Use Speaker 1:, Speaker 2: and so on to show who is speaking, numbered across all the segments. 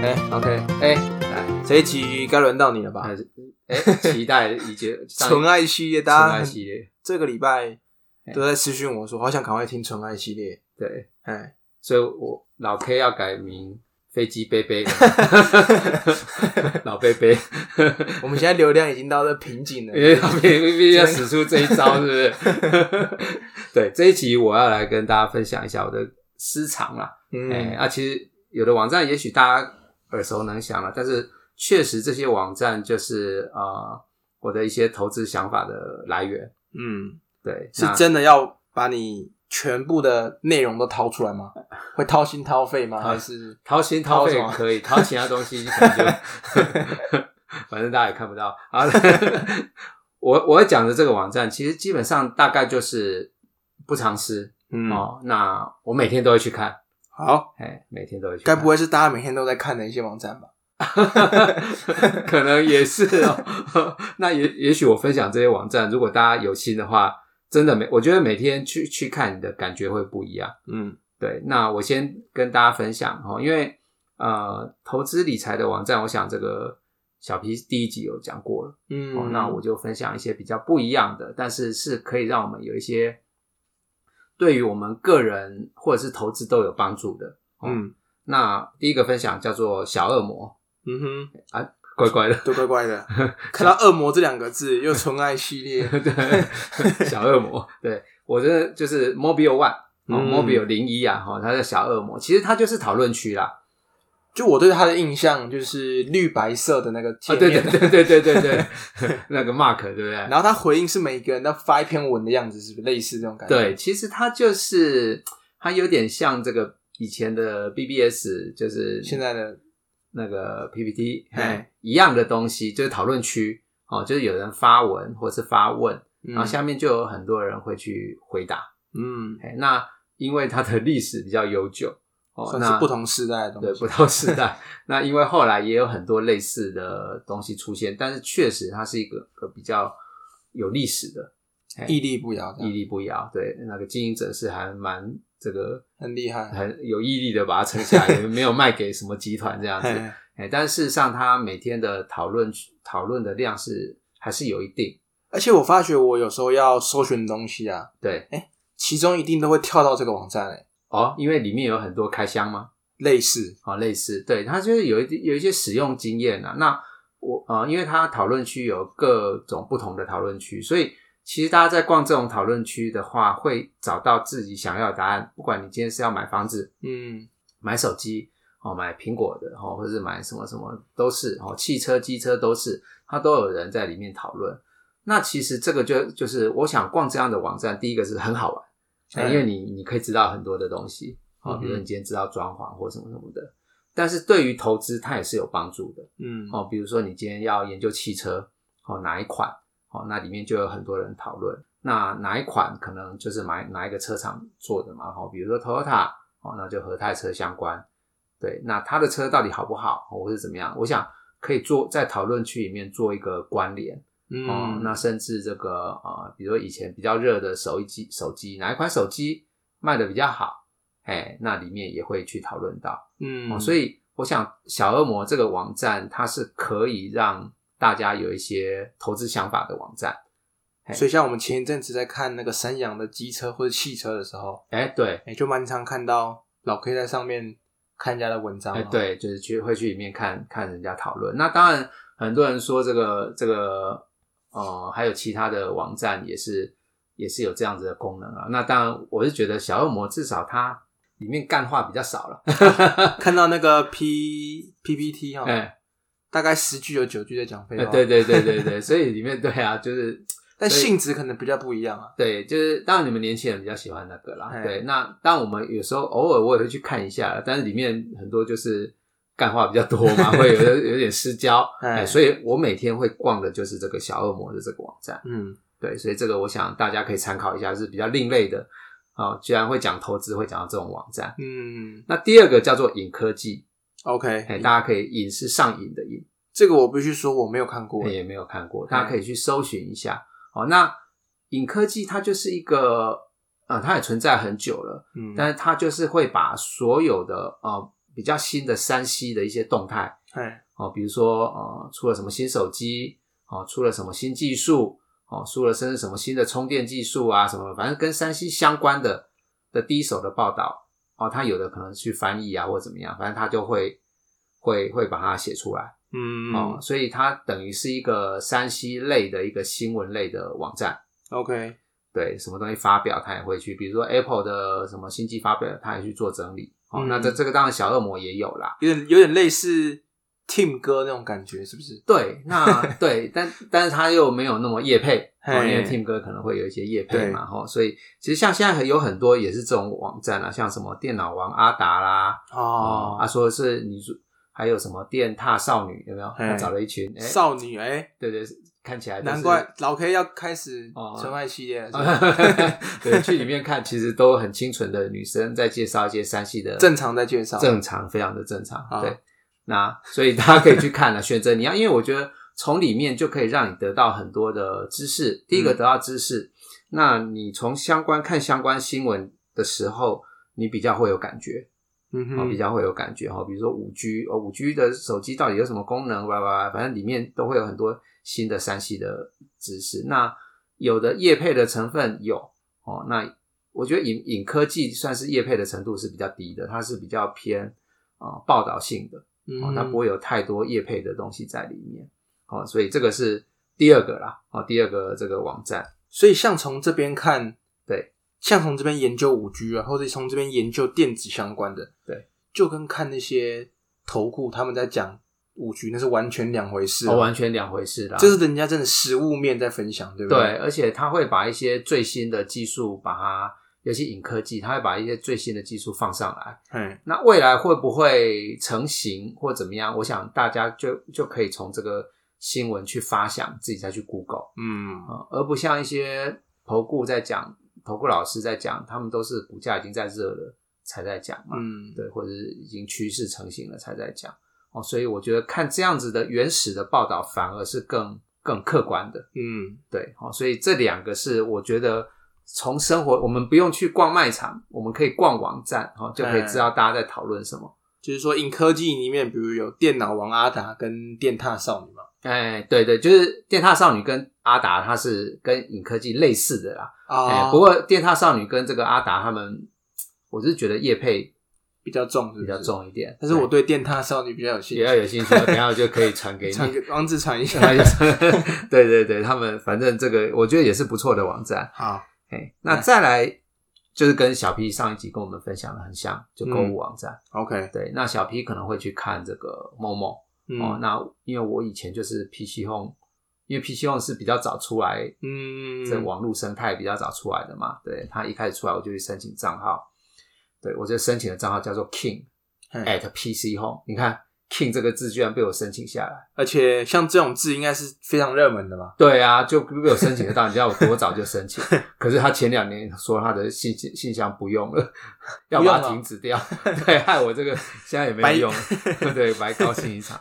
Speaker 1: 哎、OK，哎、
Speaker 2: 来，
Speaker 1: 这一集该轮到你了吧
Speaker 2: 还？是 哎，期待已经上
Speaker 1: 纯爱系列，
Speaker 2: 啊纯
Speaker 1: 大家
Speaker 2: 爱
Speaker 1: 很
Speaker 2: 系列，
Speaker 1: 这个礼拜
Speaker 2: 哎
Speaker 1: 都在私讯我说，好想赶快听纯爱系列。
Speaker 2: 对，
Speaker 1: 哎，
Speaker 2: 所以我老 K 要改名飞机贝 贝，老贝贝，
Speaker 1: 我们现在流量已经到了瓶颈了
Speaker 2: 因。为老贝贝要使出这一招，是不是？ 对，这一集我要来跟大家分享一下我的私藏啦。
Speaker 1: 嗯，
Speaker 2: 哎、啊，其实有的网站也许大家耳熟能详了，但是确实这些网站就是呃我的一些投资想法的来源。
Speaker 1: 嗯，
Speaker 2: 对，
Speaker 1: 是
Speaker 2: 那
Speaker 1: 真的要把你全部的内容都掏出来吗？会掏心掏肺吗？还是
Speaker 2: 掏心掏
Speaker 1: 掏
Speaker 2: 肺
Speaker 1: 什么
Speaker 2: 可以，掏其他东西可能就， 反正大家也看不到啊。 我我讲的这个网站，其实基本上大概就是不藏私、
Speaker 1: 嗯，
Speaker 2: 哦。那我每天都会去看，
Speaker 1: 好，
Speaker 2: 哎，每天都会去
Speaker 1: 该
Speaker 2: 看，
Speaker 1: 不会是大家每天都在看的一些网站吧？
Speaker 2: 可能也是哦。 那也也许我分享这些网站，如果大家有心的话，真的每我觉得每天去去看，你的感觉会不一样。
Speaker 1: 嗯
Speaker 2: 对，那我先跟大家分享哦，因为呃，投资理财的网站，我想这个小皮第一集有讲过了、
Speaker 1: 嗯，
Speaker 2: 哦，那我就分享一些比较不一样的，但是是可以让我们有一些对于我们个人或者是投资都有帮助的。哦、，
Speaker 1: 嗯
Speaker 2: 那第一个分享叫做小恶魔，
Speaker 1: 嗯哼，
Speaker 2: 乖乖的，
Speaker 1: 都怪怪的。看到“恶魔”这两个字，又纯爱系列，
Speaker 2: 对， 小恶魔，对我真的就是 Mobile One 哦、
Speaker 1: 嗯
Speaker 2: Mobile 零一啊，哈、哦，它叫小恶魔，其实它就是讨论区啦，
Speaker 1: 就我对他的印象就是绿白色的那个
Speaker 2: 啊，
Speaker 1: 界
Speaker 2: 对
Speaker 1: 面，
Speaker 2: 对对对对对对， 那个 Mark 对不对？
Speaker 1: 然后他回应是每个人都发一篇文的样子，是不是类似这种感觉？，
Speaker 2: 对，其实它就是它有点像这个以前的 BBS，就是
Speaker 1: 现在的
Speaker 2: 那个 PPT，
Speaker 1: 嗯
Speaker 2: 哎，一样的东西，就是讨论区哦，就是有人发文或是发问，
Speaker 1: 嗯
Speaker 2: 然后下面就有很多人会去回答。
Speaker 1: 嗯，
Speaker 2: 哎，那因为它的历史比较悠久哦，
Speaker 1: 算
Speaker 2: 那
Speaker 1: 是不同时代的东
Speaker 2: 对
Speaker 1: 西。
Speaker 2: 不同时代。 那因为后来也有很多类似的东西出现，但是确实它是一个个比较有历史的，哎
Speaker 1: 屹立不摇这
Speaker 2: 屹
Speaker 1: 样，
Speaker 2: 立不摇。对，那个经营者是还蛮这个
Speaker 1: 很厉害。
Speaker 2: 很有毅力的把它撑下来，也没有卖给什么集团这样子。
Speaker 1: 嘿
Speaker 2: 哎，但事实上，它每天的讨论讨论的量是还是有一定。
Speaker 1: 而且我发觉，我有时候要搜寻东西啊，
Speaker 2: 对
Speaker 1: 其中一定都会跳到这个网站、欸，
Speaker 2: 哦，因为里面有很多开箱嘛，
Speaker 1: 类似，
Speaker 2: 啊、类似，对，它就是有一有一些使用经验啊。那我呃，因为它讨论区有各种不同的讨论区，所以其实大家在逛这种讨论区的话，会找到自己想要的答案。不管你今天是要买房子、
Speaker 1: 嗯
Speaker 2: 买手机哦、买苹果的哦，或者是买什么什么都是哦，汽车、机车都是，它都有人在里面讨论。那其实这个就就是我想逛这样的网站，第一个是很好玩，
Speaker 1: 嗯
Speaker 2: 哎因为你你可以知道很多的东西，哦，比如
Speaker 1: 嗯哼
Speaker 2: 你今天知道装潢或什么什么的，但是对于投资它也是有帮助的
Speaker 1: 嗯，
Speaker 2: 哦。比如说你今天要研究汽车，哦哪一款，哦那里面就有很多人讨论，那哪一款可能就是买哪一个车厂做的嘛，哦比如说 Toyota，哦那就和泰车相关，对，那它的车到底好不好，哦或是怎么样？我想可以做在讨论区里面做一个关联。
Speaker 1: 嗯，
Speaker 2: 哦，那甚至这个呃，比如说以前比较热的手机，手机哪一款手机卖的比较好，哎，那里面也会去讨论到。
Speaker 1: 嗯、
Speaker 2: 哦，所以我想小恶魔这个网站，它是可以让大家有一些投资想法的网站。嘿
Speaker 1: 所以像我们前一阵子在看那个三洋的机车或者汽车的时候，
Speaker 2: 哎，对，
Speaker 1: 哎、就蛮常看到老 K 在上面看人家的文章、
Speaker 2: 哎，，对，就是去会去里面看看人家讨论。那当然，很多人说这个这个呃，还有其他的网站也是也是有这样子的功能啊。那当然，我是觉得小恶魔至少它里面干话比较少了。
Speaker 1: 看到那个 P PPT 哈、
Speaker 2: 哎、
Speaker 1: 大概十句有九句在讲废
Speaker 2: 哎
Speaker 1: 话，
Speaker 2: 对对对对对，所以里面对啊，就是
Speaker 1: 但
Speaker 2: 所以
Speaker 1: 性质可能比较不一样啊。
Speaker 2: 对，就是当然你们年轻人比较喜欢那个啦。
Speaker 1: 哎
Speaker 2: 对，那当然我们有时候偶尔我也会去看一下啦，但是里面很多就是干话比较多嘛，会有有点失焦。
Speaker 1: 哎
Speaker 2: 哎，所以我每天会逛的就是这个小恶魔的这个网站。
Speaker 1: 嗯，
Speaker 2: 对，所以这个我想大家可以参考一下，是比较另类的。哦，居然会讲投资，会讲到这种网站。
Speaker 1: 嗯
Speaker 2: 那第二个叫做瘾科技，哎，
Speaker 1: ，OK，
Speaker 2: 大家可以瘾是上瘾的瘾，哎
Speaker 1: 这个我必须说我没有看过
Speaker 2: 我，也没有看过，大家可以去搜寻一下。哦，那影科技它就是一个，呃，它也存在很久了，
Speaker 1: 嗯，
Speaker 2: 但是它就是会把所有的呃，比较新的山西的一些动态
Speaker 1: 哎，
Speaker 2: 哦，比如说呃出了什么新手机哦，出了什么新技术哦，出了甚至什么新的充电技术啊什么，反正跟山西相关的的第一手的报道哦，他有的可能去翻译啊或怎么样，反正他就会会会把它写出来。
Speaker 1: 嗯、
Speaker 2: 哦，所以它等于是一个山西类的一个新闻类的网站。
Speaker 1: o k
Speaker 2: 对，什么东西发表，它也会去，比如说 Apple 的什么新机发表，它也去做整理。哦，
Speaker 1: 嗯
Speaker 2: 那这这个当然小恶魔也有啦。
Speaker 1: 有点有点类似 Team 哥那种感觉，是不是？
Speaker 2: 对，那对，但但是它又没有那么业配，哦、因
Speaker 1: 嘿
Speaker 2: 为 Tim 哥可能会有一些业配
Speaker 1: 对
Speaker 2: 嘛，哦，所以其实像现在有很多也是这种网站啊，像什么电脑王阿达啦，哦，啊，
Speaker 1: 哦，
Speaker 2: 说是你说还有什么电踏少女有没有？
Speaker 1: 嘿
Speaker 2: 他找了一群，哎、
Speaker 1: 少女，哎、
Speaker 2: 对对，看起来就是
Speaker 1: 难怪老 K 要开始
Speaker 2: 哦
Speaker 1: 纯爱系列了，是吧
Speaker 2: 对，去里面看，其实都很清纯的女生在介绍一些山西的
Speaker 1: 正常在介绍，
Speaker 2: 正常，非常的正常。
Speaker 1: 好
Speaker 2: 对，那所以大家可以去看了， 选择你要，因为我觉得从里面就可以让你得到很多的知识。第一个
Speaker 1: 嗯
Speaker 2: 得到知识，那你从相关看相关新闻的时候，你比较会有感觉。
Speaker 1: 嗯
Speaker 2: 哦，比
Speaker 1: 哼，
Speaker 2: 较会有感觉哈、哦。比如说五 G 哦，五 G 的手机到底有什么功能？哇哇，哇反正里面都会有很多新的山西的知识。那有的业配的成分有哦，那我觉得影影科技算是业配的程度是比较低的，它是比较偏啊、呃报道性的哦，
Speaker 1: 嗯，
Speaker 2: 它不会有太多业配的东西在里面哦，所以这个是第二个啦哦，第二个这个网站
Speaker 1: 所以像从这边看，
Speaker 2: 对，
Speaker 1: 像从这边研究五 G 啊，或者从这边研究电子相关的，
Speaker 2: 对，
Speaker 1: 就跟看那些投顾他们在讲五 G 那是完全两回事、啊
Speaker 2: 哦，完全两回事啦。
Speaker 1: 这是人家真的实物面在分享，对不
Speaker 2: 对，？而且他会把一些最新的技术，把它，尤其影科技，他会把一些最新的技术放上来。
Speaker 1: 对，哎，
Speaker 2: 那未来会不会成型或怎么样？我想大家就就可以从这个新闻去发想，自己再去 Google
Speaker 1: 嗯，
Speaker 2: 啊、而不像一些投顾在讲，投顾老师在讲，他们都是股价已经在热了才在讲嘛，
Speaker 1: 嗯，
Speaker 2: 对，或者是已经趋势成型了才在讲。哦，所以我觉得看这样子的原始的报道，反而是更更客观的。
Speaker 1: 嗯，
Speaker 2: 对，好，所以这两个是我觉得从生活，我们不用去逛卖场，我们可以逛网站，哈，就可以知道大家在讨论什么。
Speaker 1: 就是说，影科技里面，比如有电脑王阿达跟电踏少女嘛，
Speaker 2: 哎，对对，就是电踏少女跟阿达，它是跟影科技类似的啦。哎，
Speaker 1: 啊
Speaker 2: 不过电踏少女跟这个阿达他们，我是觉得叶配
Speaker 1: 比较重是不
Speaker 2: 比
Speaker 1: 是，
Speaker 2: 较。重一点，
Speaker 1: 但是我对电踏少女比较有
Speaker 2: 对
Speaker 1: 兴
Speaker 2: 也
Speaker 1: 趣，
Speaker 2: 要有兴趣，等一下我就可以传给 你。
Speaker 1: 传给王子传一下。
Speaker 2: 对对对，他们反正这个我觉得也是不错的网站。
Speaker 1: 好，
Speaker 2: 嘿，那再来就是跟小 P 上一集跟我们分享的很像，就购物网站。
Speaker 1: ，OK，
Speaker 2: 对，那小 P 可能会去看这个 Momo、
Speaker 1: 嗯，
Speaker 2: 哦。那因为我以前就是 PC Home，因为 PC Home 是比较早出来，
Speaker 1: 嗯，
Speaker 2: 这网络生态比较早出来的嘛。对，它一开始出来我就去申请账号，对我就申请的账号叫做 King
Speaker 1: 嘿
Speaker 2: at PC Home。你看 King 这个字居然被我申请下来。
Speaker 1: 而且像这种字应该是非常热门的 吧？
Speaker 2: 对啊，就被我申请得到，你知道我多早就申请， 可是他前两年说他的信信箱不用 了，要把它停止掉， 对，害我这个现在也没有用， 对，白高兴一 场。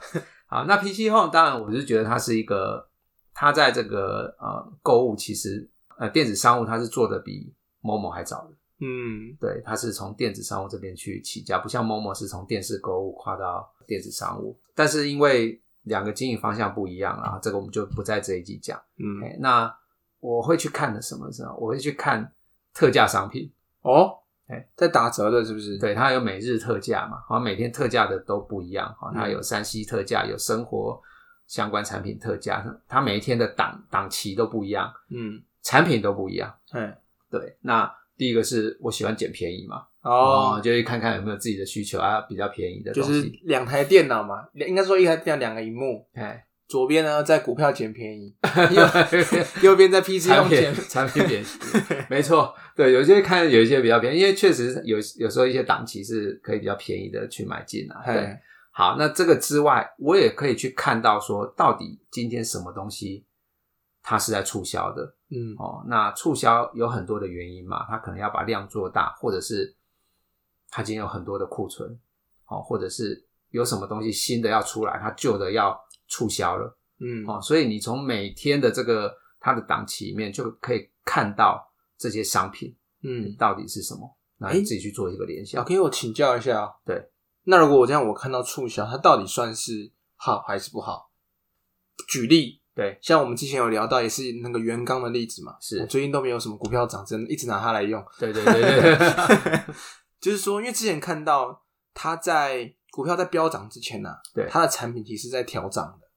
Speaker 2: 好，那 PC Home 当然我就觉得它是一个，它在这个呃购物其实呃电子商务它是做的比 Momo 还早的，
Speaker 1: 嗯
Speaker 2: 对，它是从电子商务这边去起家，不像 Momo 是从电视购物跨到电子商务，但是因为两个经营方向不一样啊，这个我们就不在这一集讲。
Speaker 1: 嗯，
Speaker 2: 哎，那我会去看的什么时候？我会去看特价商品，
Speaker 1: 哦
Speaker 2: 哎，
Speaker 1: 在打折的是不是？，
Speaker 2: 对，它有每日特价嘛，好像每天特价的都不一样，好，它
Speaker 1: 嗯
Speaker 2: 有山西特价，有生活相关产品特价，它每一天的档档期都不一样，
Speaker 1: 嗯，
Speaker 2: 产品都不一样。
Speaker 1: 哎，
Speaker 2: 对，那第一个是我喜欢捡便宜嘛，
Speaker 1: 哦，
Speaker 2: 就去看看有没有自己的需求啊，比较便宜的
Speaker 1: 就
Speaker 2: 东
Speaker 1: 是
Speaker 2: 西。
Speaker 1: 两台电脑嘛，应该说一台电脑两个荧幕，
Speaker 2: 哎，
Speaker 1: 左边呢在股票捡便宜，右右边在 PC
Speaker 2: 产
Speaker 1: 用
Speaker 2: 品
Speaker 1: 捡，
Speaker 2: 产品便宜， 没错，对，有些看有一些比较便宜，因为确实有有时候一些档期是可以比较便宜的去买进啊。对，
Speaker 1: 哎，
Speaker 2: 好，那这个之外，我也可以去看到说，到底今天什么东西它是在促销的
Speaker 1: 嗯，
Speaker 2: 哦。那促销有很多的原因嘛，它可能要把量做大，或者是它今天有很多的库存，哦，或者是有什么东西新的要出来，它旧的要促销了。
Speaker 1: 嗯，
Speaker 2: 哦，所以你从每天的这个它的档期里面就可以看到这些商品
Speaker 1: 嗯，
Speaker 2: 到底是什么，那你自己去做一个联
Speaker 1: 小
Speaker 2: 想。
Speaker 1: K，我请教一下，哦
Speaker 2: 对，
Speaker 1: 那如果我这样，我看到促销，它到底算是好还是不好？举例，
Speaker 2: 对，
Speaker 1: 像我们之前有聊到，也是那个原钢的例子嘛，
Speaker 2: 是
Speaker 1: 我最近都没有什么股票涨，真的一直拿它来用，
Speaker 2: 对对 对对
Speaker 1: 就是说，因为之前看到它在股票在飙涨之前呢、啊
Speaker 2: 对
Speaker 1: 它的产品其实在调涨的。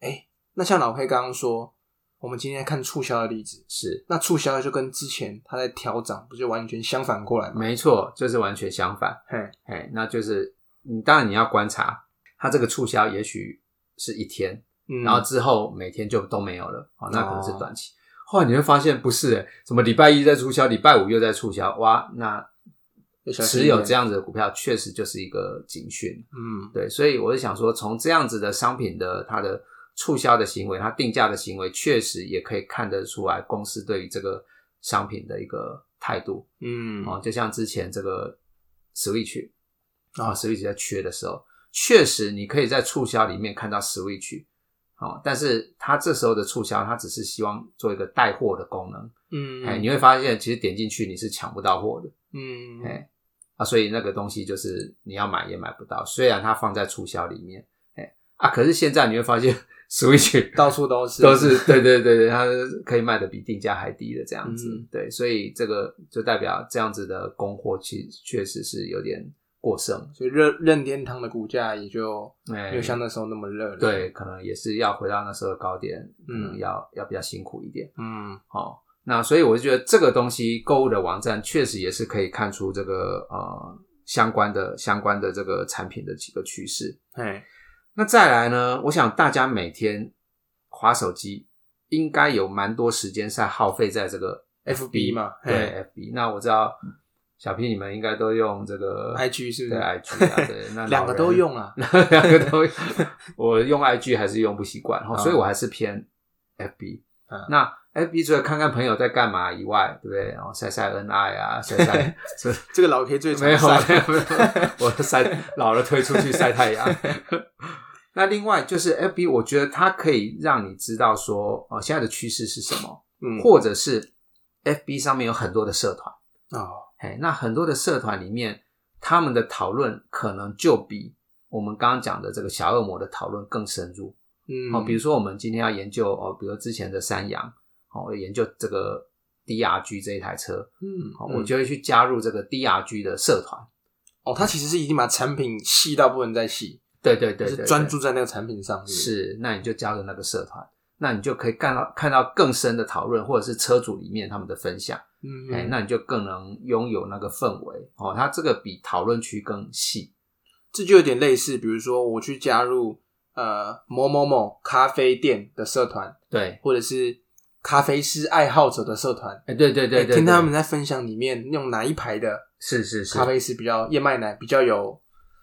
Speaker 2: 对，
Speaker 1: 那像老 K 刚刚说，我们今天看促销的例子，
Speaker 2: 是
Speaker 1: 那促销就跟之前它在调涨，不就完全相反过来吗？
Speaker 2: 没错，就是完全相反。
Speaker 1: 嘿，
Speaker 2: 哎，那就是你当然你要观察它这个促销，也许是一天，
Speaker 1: 嗯，
Speaker 2: 然后之后每天就都没有了，哦，那可能是
Speaker 1: 哦
Speaker 2: 短期。后来你会发现不是、欸，什么礼拜一在促销，礼拜五又在促销，哇，那
Speaker 1: 要小心一
Speaker 2: 持
Speaker 1: 点
Speaker 2: 有这样子的股票确实就是一个警讯。
Speaker 1: 嗯，
Speaker 2: 对，所以我是想说，从这样子的商品的它的促销的行为，它定价的行为，确实也可以看得出来公司对于这个商品的一个态度。
Speaker 1: 嗯，
Speaker 2: 哦，就像之前这个 Switch 啊、
Speaker 1: 啊
Speaker 2: s w i t c h 在缺的时候，确实你可以在促销里面看到 Switch 哦，但是它这时候的促销，它只是希望做一个带货的功能，
Speaker 1: 嗯，
Speaker 2: 哎、你会发现其实点进去你是抢不到货的，
Speaker 1: 嗯，
Speaker 2: 哎、啊，所以那个东西就是你要买也买不到，虽然它放在促销里面，哎、啊，可是现在你会发现 Switch
Speaker 1: 到处 都是，
Speaker 2: 都是对对对对，它是可以卖的比定价还低的这样子，
Speaker 1: 嗯
Speaker 2: 对，所以这个就代表这样子的供货其确实是有点过剩，
Speaker 1: 所以热任天堂的股价也就
Speaker 2: 哎
Speaker 1: 没有像那时候那么热了。，
Speaker 2: 对，可能也是要回到那时候的高点，可能
Speaker 1: 嗯
Speaker 2: 要、要比较辛苦一点
Speaker 1: 嗯
Speaker 2: 哦。那所以我就觉得这个东西购物的网站确实也是可以看出这个呃相关的相关的这个产品的几个趋势，
Speaker 1: 哎，
Speaker 2: 那再来呢？我想大家每天划手机，应该有蛮多时间在耗费在这个
Speaker 1: FB 嘛
Speaker 2: 对 FB。那我知道小 P 你们应该都用这个
Speaker 1: IG 是不
Speaker 2: 对
Speaker 1: 是
Speaker 2: IG 啊，对，那老人
Speaker 1: 两个都，用啊。
Speaker 2: 两个都用。我用 IG 还是用不习惯，哦所以我还是偏 FB
Speaker 1: 嗯。
Speaker 2: 那 FB 除了看看朋友在干嘛以外，对不对？然后晒晒恩爱啊，晒晒这
Speaker 1: 这个老 K 最常
Speaker 2: 没有
Speaker 1: 上
Speaker 2: 没有没有， 我晒老了推出去晒太 阳。那另外就是 FB，我觉得它可以让你知道说，呃，现在的趋势是什么，
Speaker 1: 嗯
Speaker 2: 或者是 FB 上面有很多的社团，
Speaker 1: 哦，
Speaker 2: 哎，那很多的社团里面，他们的讨论可能就比我们刚刚讲的这个小恶魔的讨论更深入。
Speaker 1: 嗯，
Speaker 2: 哦，比如说我们今天要研究哦，比如之前的三洋，哦，研究这个 DRG 这一台车，
Speaker 1: 嗯，
Speaker 2: 哦，
Speaker 1: 嗯
Speaker 2: 我就会去加入这个 DRG 的社团。
Speaker 1: 哦，他其实是已经把产品细到不能再细，
Speaker 2: 对对对
Speaker 1: 就
Speaker 2: 对，
Speaker 1: 是
Speaker 2: 对
Speaker 1: 专注在那个产品上。不
Speaker 2: 是，那你就加入那个社团，那你就可以看到看到更深的讨论，或者是车主里面他们的分享，
Speaker 1: 嗯，
Speaker 2: 哎、那你就更能拥有那个氛围哦。它这个比讨论区更细，
Speaker 1: 这就有点类似，比如说我去加入呃某某某咖啡店的社团，
Speaker 2: 对，
Speaker 1: 或者是咖啡师爱好者的社团，
Speaker 2: 哎、对对对对
Speaker 1: 听他
Speaker 2: 对
Speaker 1: 们在分享里面用哪一排的
Speaker 2: 是是是
Speaker 1: 咖，啡是比较燕麦奶比较有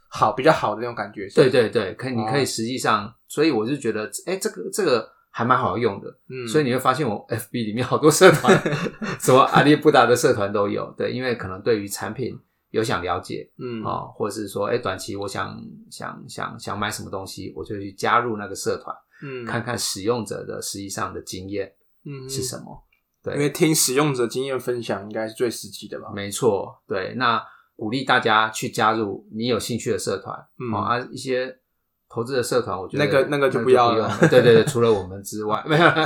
Speaker 1: 好比较好的那种感觉。是吧
Speaker 2: 对，对对，可以，你可以
Speaker 1: 哦
Speaker 2: 实际上，所以我就觉得，哎、这个这个还蛮好用的。
Speaker 1: 嗯，
Speaker 2: 所以你会发现我 FB 里面好多社 团，什么阿利布达的社团都有。对，因为可能对于产品有想了解
Speaker 1: 嗯
Speaker 2: 哦，或者是说，哎，短期我想想想想买什么东西，我就去加入那个社团，
Speaker 1: 嗯
Speaker 2: 看看使用者的实际上的经验
Speaker 1: 嗯
Speaker 2: 是什么。
Speaker 1: 因为听使用者经验分享应该是最实际的吧？
Speaker 2: 没错，对，那鼓励大家去加入你有兴趣的社团、
Speaker 1: 嗯
Speaker 2: 哦啊，一些投资的社团，我觉得
Speaker 1: 那个那个就不要了
Speaker 2: 那个就不用对对对，除了我们之外， 没有啦。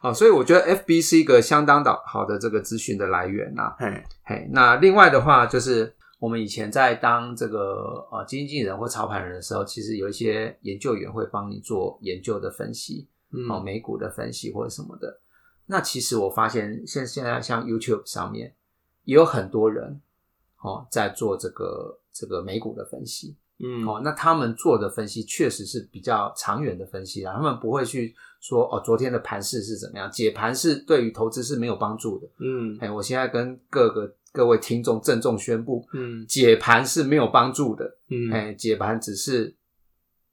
Speaker 2: 好，所以我觉得 FB 是一个相当的好的这个资讯的来源啊。
Speaker 1: 嘿，
Speaker 2: 嘿，那另外的话就是。我们以前在当这个呃基金经理人或操盘人的时候，其实有一些研究员会帮你做研究的分析。哦，
Speaker 1: 嗯，
Speaker 2: 美股的分析或者什么的。那其实我发现现现在像 YouTube 上面也有很多人哦在做这个这个美股的分析
Speaker 1: 嗯，
Speaker 2: 哦，那他们做的分析确实是比较长远的分析啦，他们不会去说哦昨天的盘势是怎么样，解盘是对于投资是没有帮助的。
Speaker 1: 嗯
Speaker 2: 哎，我现在跟各个各位听众郑重宣布，
Speaker 1: 嗯
Speaker 2: 解盘是没有帮助的，
Speaker 1: 嗯，
Speaker 2: 哎，解盘只是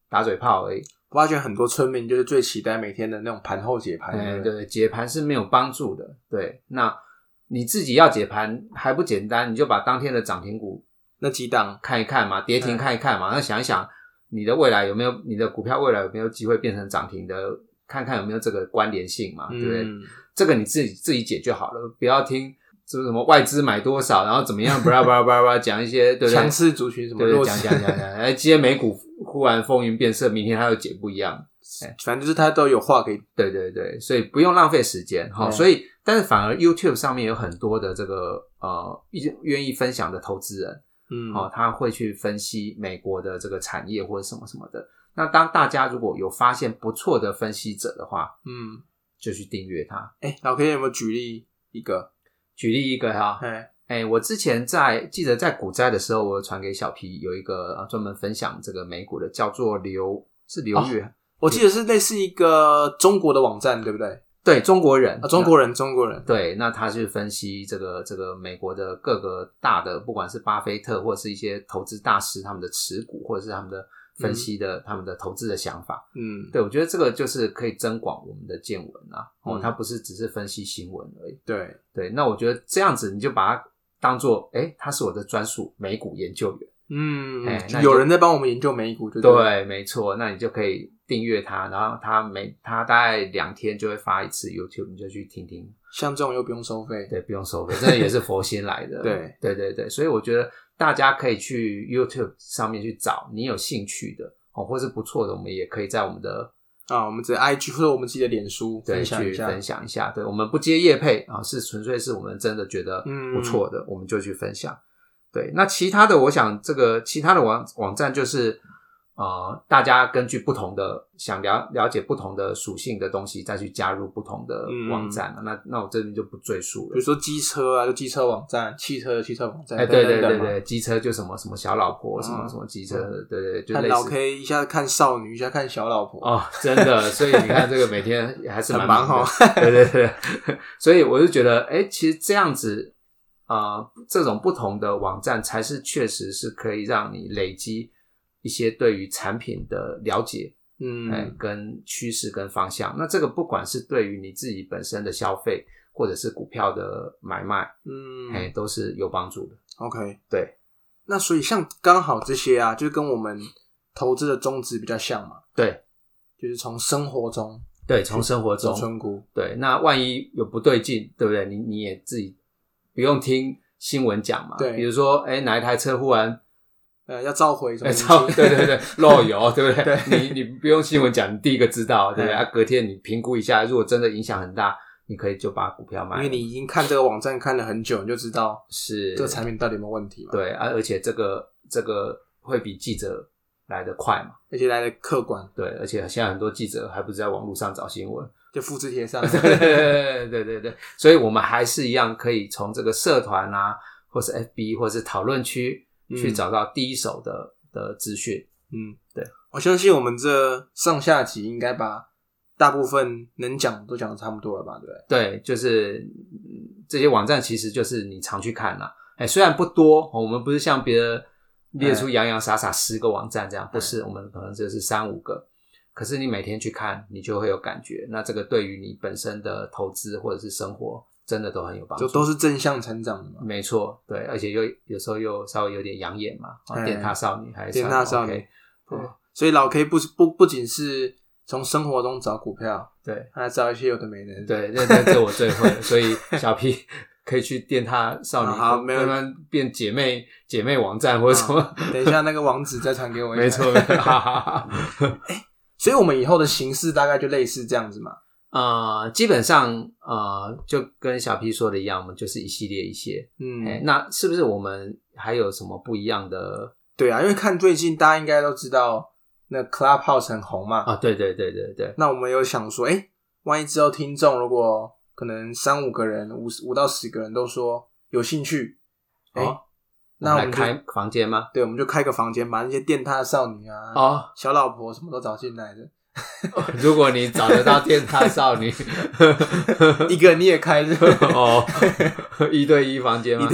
Speaker 2: 打嘴炮而已。
Speaker 1: 我发觉很多村民就是最期待每天的那种盘后解盘，
Speaker 2: 哎、
Speaker 1: 不，
Speaker 2: 对，解盘是没有帮助的。对，那你自己要解盘还不简单，你就把当天的涨停股
Speaker 1: 那几档，
Speaker 2: 看一看嘛，跌停
Speaker 1: 嗯
Speaker 2: 看一看嘛，那想一想你的未来有没有你的股票未来有没有机会变成涨停的，啊看看有没有这个关联性嘛，对不对？
Speaker 1: 嗯
Speaker 2: 这个你自己自己解就好了，不要听什么什么外资买多少，然后怎么样， 巴拉巴拉巴拉巴拉讲一些，对不对
Speaker 1: 强？势族群什么
Speaker 2: 对对，
Speaker 1: 弱
Speaker 2: 讲
Speaker 1: 势，
Speaker 2: 讲讲讲，哎，今天美股忽然风云变色，明天它又解不一样，
Speaker 1: 反正就是他都有话可以
Speaker 2: 对对对，所以不用浪费时间哈、
Speaker 1: 嗯
Speaker 2: 所以，但是反而 YouTube 上面有很多的这个呃，一愿意分享的投资人
Speaker 1: 嗯
Speaker 2: 哦，他会去分析美国的这个产业或者什么什么的。那当大家如果有发现不错的分析者的话，
Speaker 1: 嗯，
Speaker 2: 就去订阅他。
Speaker 1: 哎、老 K 有没有举例一个？
Speaker 2: 举例一个哈，
Speaker 1: 哎，
Speaker 2: 哎，我之前在记得在股灾的时候，我有传给小 P 有一个呃专门分享这个美股的，叫做刘是
Speaker 1: 哦
Speaker 2: 刘月，
Speaker 1: 我记得是类似一个中国的网站，对不对？
Speaker 2: 对中国人
Speaker 1: 啊，中国人，中国人，
Speaker 2: 嗯对，那他去分析这个这个美国的各个大的，不管是巴菲特或者是一些投资大师他们的持股，或者是他们的分析的、他们的投资的想法。
Speaker 1: 嗯，
Speaker 2: 对，我觉得这个就是可以增广我们的见闻啊。哦
Speaker 1: 嗯，
Speaker 2: 它不是只是分析新闻而已。
Speaker 1: 对，
Speaker 2: 对，那我觉得这样子你就把它当做，哎，他是我的专属美股研究员。
Speaker 1: 嗯，
Speaker 2: 哎那
Speaker 1: 有
Speaker 2: 就
Speaker 1: 人在帮我们研究美股，就对了，
Speaker 2: 对，没错，那你就可以订阅他，然后他每他大概两天就会发一次 YouTube，你就去听听
Speaker 1: 像这种又不用收费，
Speaker 2: 对，不用收费，这也是佛心来的。
Speaker 1: 对，
Speaker 2: 对对对，所以我觉得大家可以去 YouTube 上面去找你有兴趣的哦，或是不错的，我们也可以在我们的
Speaker 1: 啊，我们只 IG 或者我们自己的脸书
Speaker 2: 对
Speaker 1: 分享一
Speaker 2: 去
Speaker 1: 下，
Speaker 2: 分享一下。对我们不接业配啊、是纯粹是我们真的觉得
Speaker 1: 嗯
Speaker 2: 不错的，我们就去分享。对，那其他的，我想这个其他的网网站就是。呃，大家根据不同的想了了解不同的属性的东西，再去加入不同的
Speaker 1: 嗯
Speaker 2: 网站。啊那那我这边就不赘述了
Speaker 1: 比如。说机车啊，就机车网站；汽车的汽车网站，
Speaker 2: 哎，对
Speaker 1: 等
Speaker 2: 对
Speaker 1: 等
Speaker 2: 对
Speaker 1: 嘛。
Speaker 2: 对，机车就什么什么小老婆，
Speaker 1: 嗯
Speaker 2: 什么什么机车，对对，对就
Speaker 1: 看
Speaker 2: 类
Speaker 1: 老
Speaker 2: 似
Speaker 1: K 一下看少女，一下看小老婆，
Speaker 2: 哦，真的，所以你看这个每天还是蛮
Speaker 1: 很忙
Speaker 2: 的
Speaker 1: 哦，
Speaker 2: 对对对，所以我就觉得，哎，其实这样子啊、呃这种不同的网站才是确实是可以让你累积一些对于产品的了解，哎
Speaker 1: 嗯，，
Speaker 2: 跟趋势跟方向。那这个不管是对于你自己本身的消费，或者是股票的买卖，哎，
Speaker 1: 嗯
Speaker 2: 都是有帮助的。
Speaker 1: ，OK，
Speaker 2: 对。
Speaker 1: 那所以像刚好这些啊，就跟我们投资的宗旨比较像嘛，
Speaker 2: 对
Speaker 1: 就是从生活中
Speaker 2: 对，从生活
Speaker 1: 走
Speaker 2: 中
Speaker 1: 村姑，
Speaker 2: 对，那万一有不对劲，对不对？你你也自己不用听新闻讲嘛。
Speaker 1: 对
Speaker 2: 比如说，哎，哪一台车忽然
Speaker 1: 呃，要召回什 么
Speaker 2: 哎
Speaker 1: 东西？
Speaker 2: 超，对对对，漏油，对不对？
Speaker 1: 对
Speaker 2: 你你不用新闻讲，你第一个知道，对不对？
Speaker 1: 哎
Speaker 2: 啊，隔天你评估一下，如果真的影响很大，你可以就把股票卖
Speaker 1: 因
Speaker 2: 了。
Speaker 1: 为你已经看这个网站看了很久，你就知道
Speaker 2: 是
Speaker 1: 这个产品到底有没有问题嘛，，
Speaker 2: 对啊，而且这个这个会比记者来得快嘛。
Speaker 1: 而且来的客观，
Speaker 2: 对，而且现在很多记者还不是在网络上找新闻，
Speaker 1: 就复制贴 上，
Speaker 2: 对对对对对，所以我们还是一样可以从这个社团啊，或是 FB 或是讨论区
Speaker 1: 嗯
Speaker 2: 去找到第一手的、的资讯。
Speaker 1: 嗯，
Speaker 2: 对，
Speaker 1: 我相信我们这上下集应该把大部分能讲的都讲的差不多了吧，对不对？
Speaker 2: 对，就是嗯这些网站其实就是你常去看啦、哎，虽然不多，哦我们不是像别人列出洋洋洒洒十个网站这样，不是，我们可能就是三五个。可是你每天去看，你就会有感觉。那这个对于你本身的投资或者是生活，真的都很有帮助
Speaker 1: 就。都是正向成长的嘛。
Speaker 2: 没错，对，而且又有时候又稍微有点养眼嘛，啊
Speaker 1: 嗯
Speaker 2: 电踏少女还是
Speaker 1: 电踏少女对，哦所以老 K 不不不仅是从生活中找股票，
Speaker 2: 对
Speaker 1: 还找一些有的没的。，啊
Speaker 2: 对，那那这我最会了，所以小 P 可以去电踏少女，
Speaker 1: 啊好没有啊
Speaker 2: 慢慢变姐妹姐妹网站或者什么，
Speaker 1: 等一下那个网址再传给我。
Speaker 2: 没错，没错， 哈哈哈。
Speaker 1: 所以我们以后的形式大概就类似这样子嘛。
Speaker 2: 呃，基本上呃，就跟小 P 说的一样，我们就是一系列一些，哎
Speaker 1: 嗯，，
Speaker 2: 那是不是我们还有什么不一样的
Speaker 1: 对啊，因为看最近大家应该都知道那 Clubhouse 很红嘛。
Speaker 2: 啊？对对对对对，
Speaker 1: 那我们有想说，哎、万一之后听众如果可能三五个人、五五到十个人都说有兴趣，哎、
Speaker 2: 哦
Speaker 1: 那我
Speaker 2: 来
Speaker 1: 们就
Speaker 2: 开房间吗？
Speaker 1: 对，我们就开个房间，把那些电踏少女啊、
Speaker 2: 哦，
Speaker 1: 小老婆什么都找进来的，
Speaker 2: 如果你找得到电塔少女，
Speaker 1: 一个你也开 着。
Speaker 2: 哦， 一对一房间吗？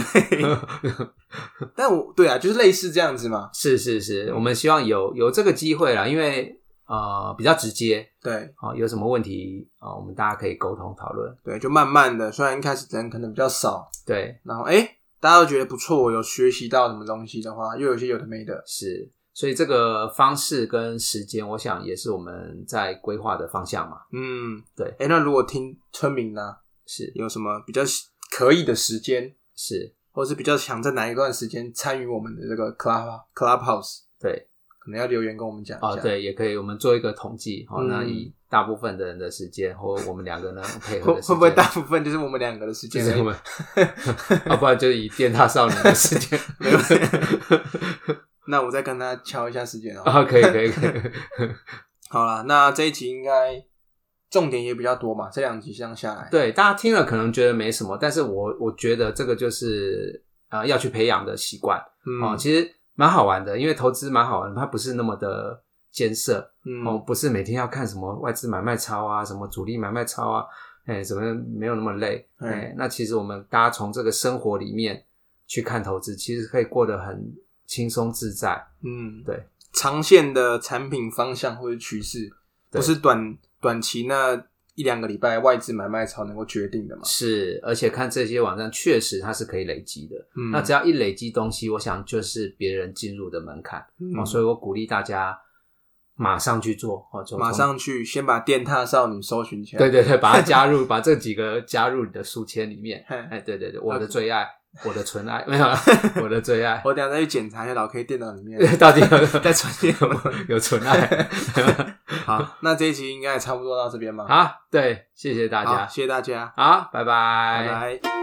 Speaker 1: 但我对啊，就是类似这样子嘛。
Speaker 2: 是是是，我们希望有有这个机会啦，因为呃比较直接
Speaker 1: 对
Speaker 2: 啊、有什么问题啊、我们大家可以沟通讨论。
Speaker 1: 对，就慢慢的，虽然一开始人可能比较少，
Speaker 2: 对，
Speaker 1: 然后哎、诶大家都觉得不错，我有学习到什么东西的话，又有一些有的没的。
Speaker 2: 是，所以这个方式跟时间，我想也是我们在规划的方向嘛。
Speaker 1: 嗯，
Speaker 2: 对
Speaker 1: 哎、那如果听村民呢、
Speaker 2: 是
Speaker 1: 有什么比较可以的时间，
Speaker 2: 是
Speaker 1: 或者是比较想在哪一段时间参与我们的这个 club clubhouse，
Speaker 2: 对
Speaker 1: 可能要留言跟我们讲一下。
Speaker 2: 哦，对，也可以，我们做一个统计哦。
Speaker 1: 啊嗯
Speaker 2: 那以大部分的人的时间，或我们 两个人配
Speaker 1: 会
Speaker 2: 合
Speaker 1: 会
Speaker 2: 的时间，
Speaker 1: 不会大部分就是我们两个的时
Speaker 2: 就
Speaker 1: 间而已？
Speaker 2: 是我们， 要不然就以电大少年的时间。
Speaker 1: 没有 那我再跟他敲一下时间哦。
Speaker 2: 啊，可以可以可以，
Speaker 1: 好啦，那这一集应该重点也比较多嘛，这两集这样下来，
Speaker 2: 对，大家听了可能觉得没什么，但是我我觉得这个就是呃要去培养的习惯
Speaker 1: 嗯，
Speaker 2: 哦，其实蛮好玩的，因为投资蛮好玩的，它不是那么的艰涩
Speaker 1: 嗯，
Speaker 2: 哦，不是每天要看什么外资买卖超啊，什么主力买卖超啊，哎，怎么没有那么累？
Speaker 1: 嗯
Speaker 2: 哎，那其实我们大家从这个生活里面去看投资，其实可以过得很轻松自在。
Speaker 1: 嗯，
Speaker 2: 对，
Speaker 1: 长线的产品方向或者趋势，
Speaker 2: 对
Speaker 1: 不是短短期那一两个礼拜外资买卖潮能够决定的嘛？
Speaker 2: 是，而且看这些网站，确实它是可以累积的。
Speaker 1: 嗯，
Speaker 2: 那只要一累积东西，我想就是别人进入的门槛、
Speaker 1: 嗯
Speaker 2: 哦，所以我鼓励大家马上去做哦，就
Speaker 1: 马上去先把电踏少女搜寻起来，
Speaker 2: 对对对，把它加 入，把这几个加入你的书签里面。
Speaker 1: 嘿
Speaker 2: 哎，对对对，我的最爱，我的纯爱，没有啊，我的最爱，
Speaker 1: 我等一下再去检查一下老 K 电脑里面。
Speaker 2: 到底有
Speaker 1: 在存些什么
Speaker 2: 有纯爱？
Speaker 1: 好，那这一集应该也差不多到这边吧。
Speaker 2: 好，对，谢谢大
Speaker 1: 好，
Speaker 2: 家，
Speaker 1: 谢谢大家，
Speaker 2: 好，拜
Speaker 1: 拜拜。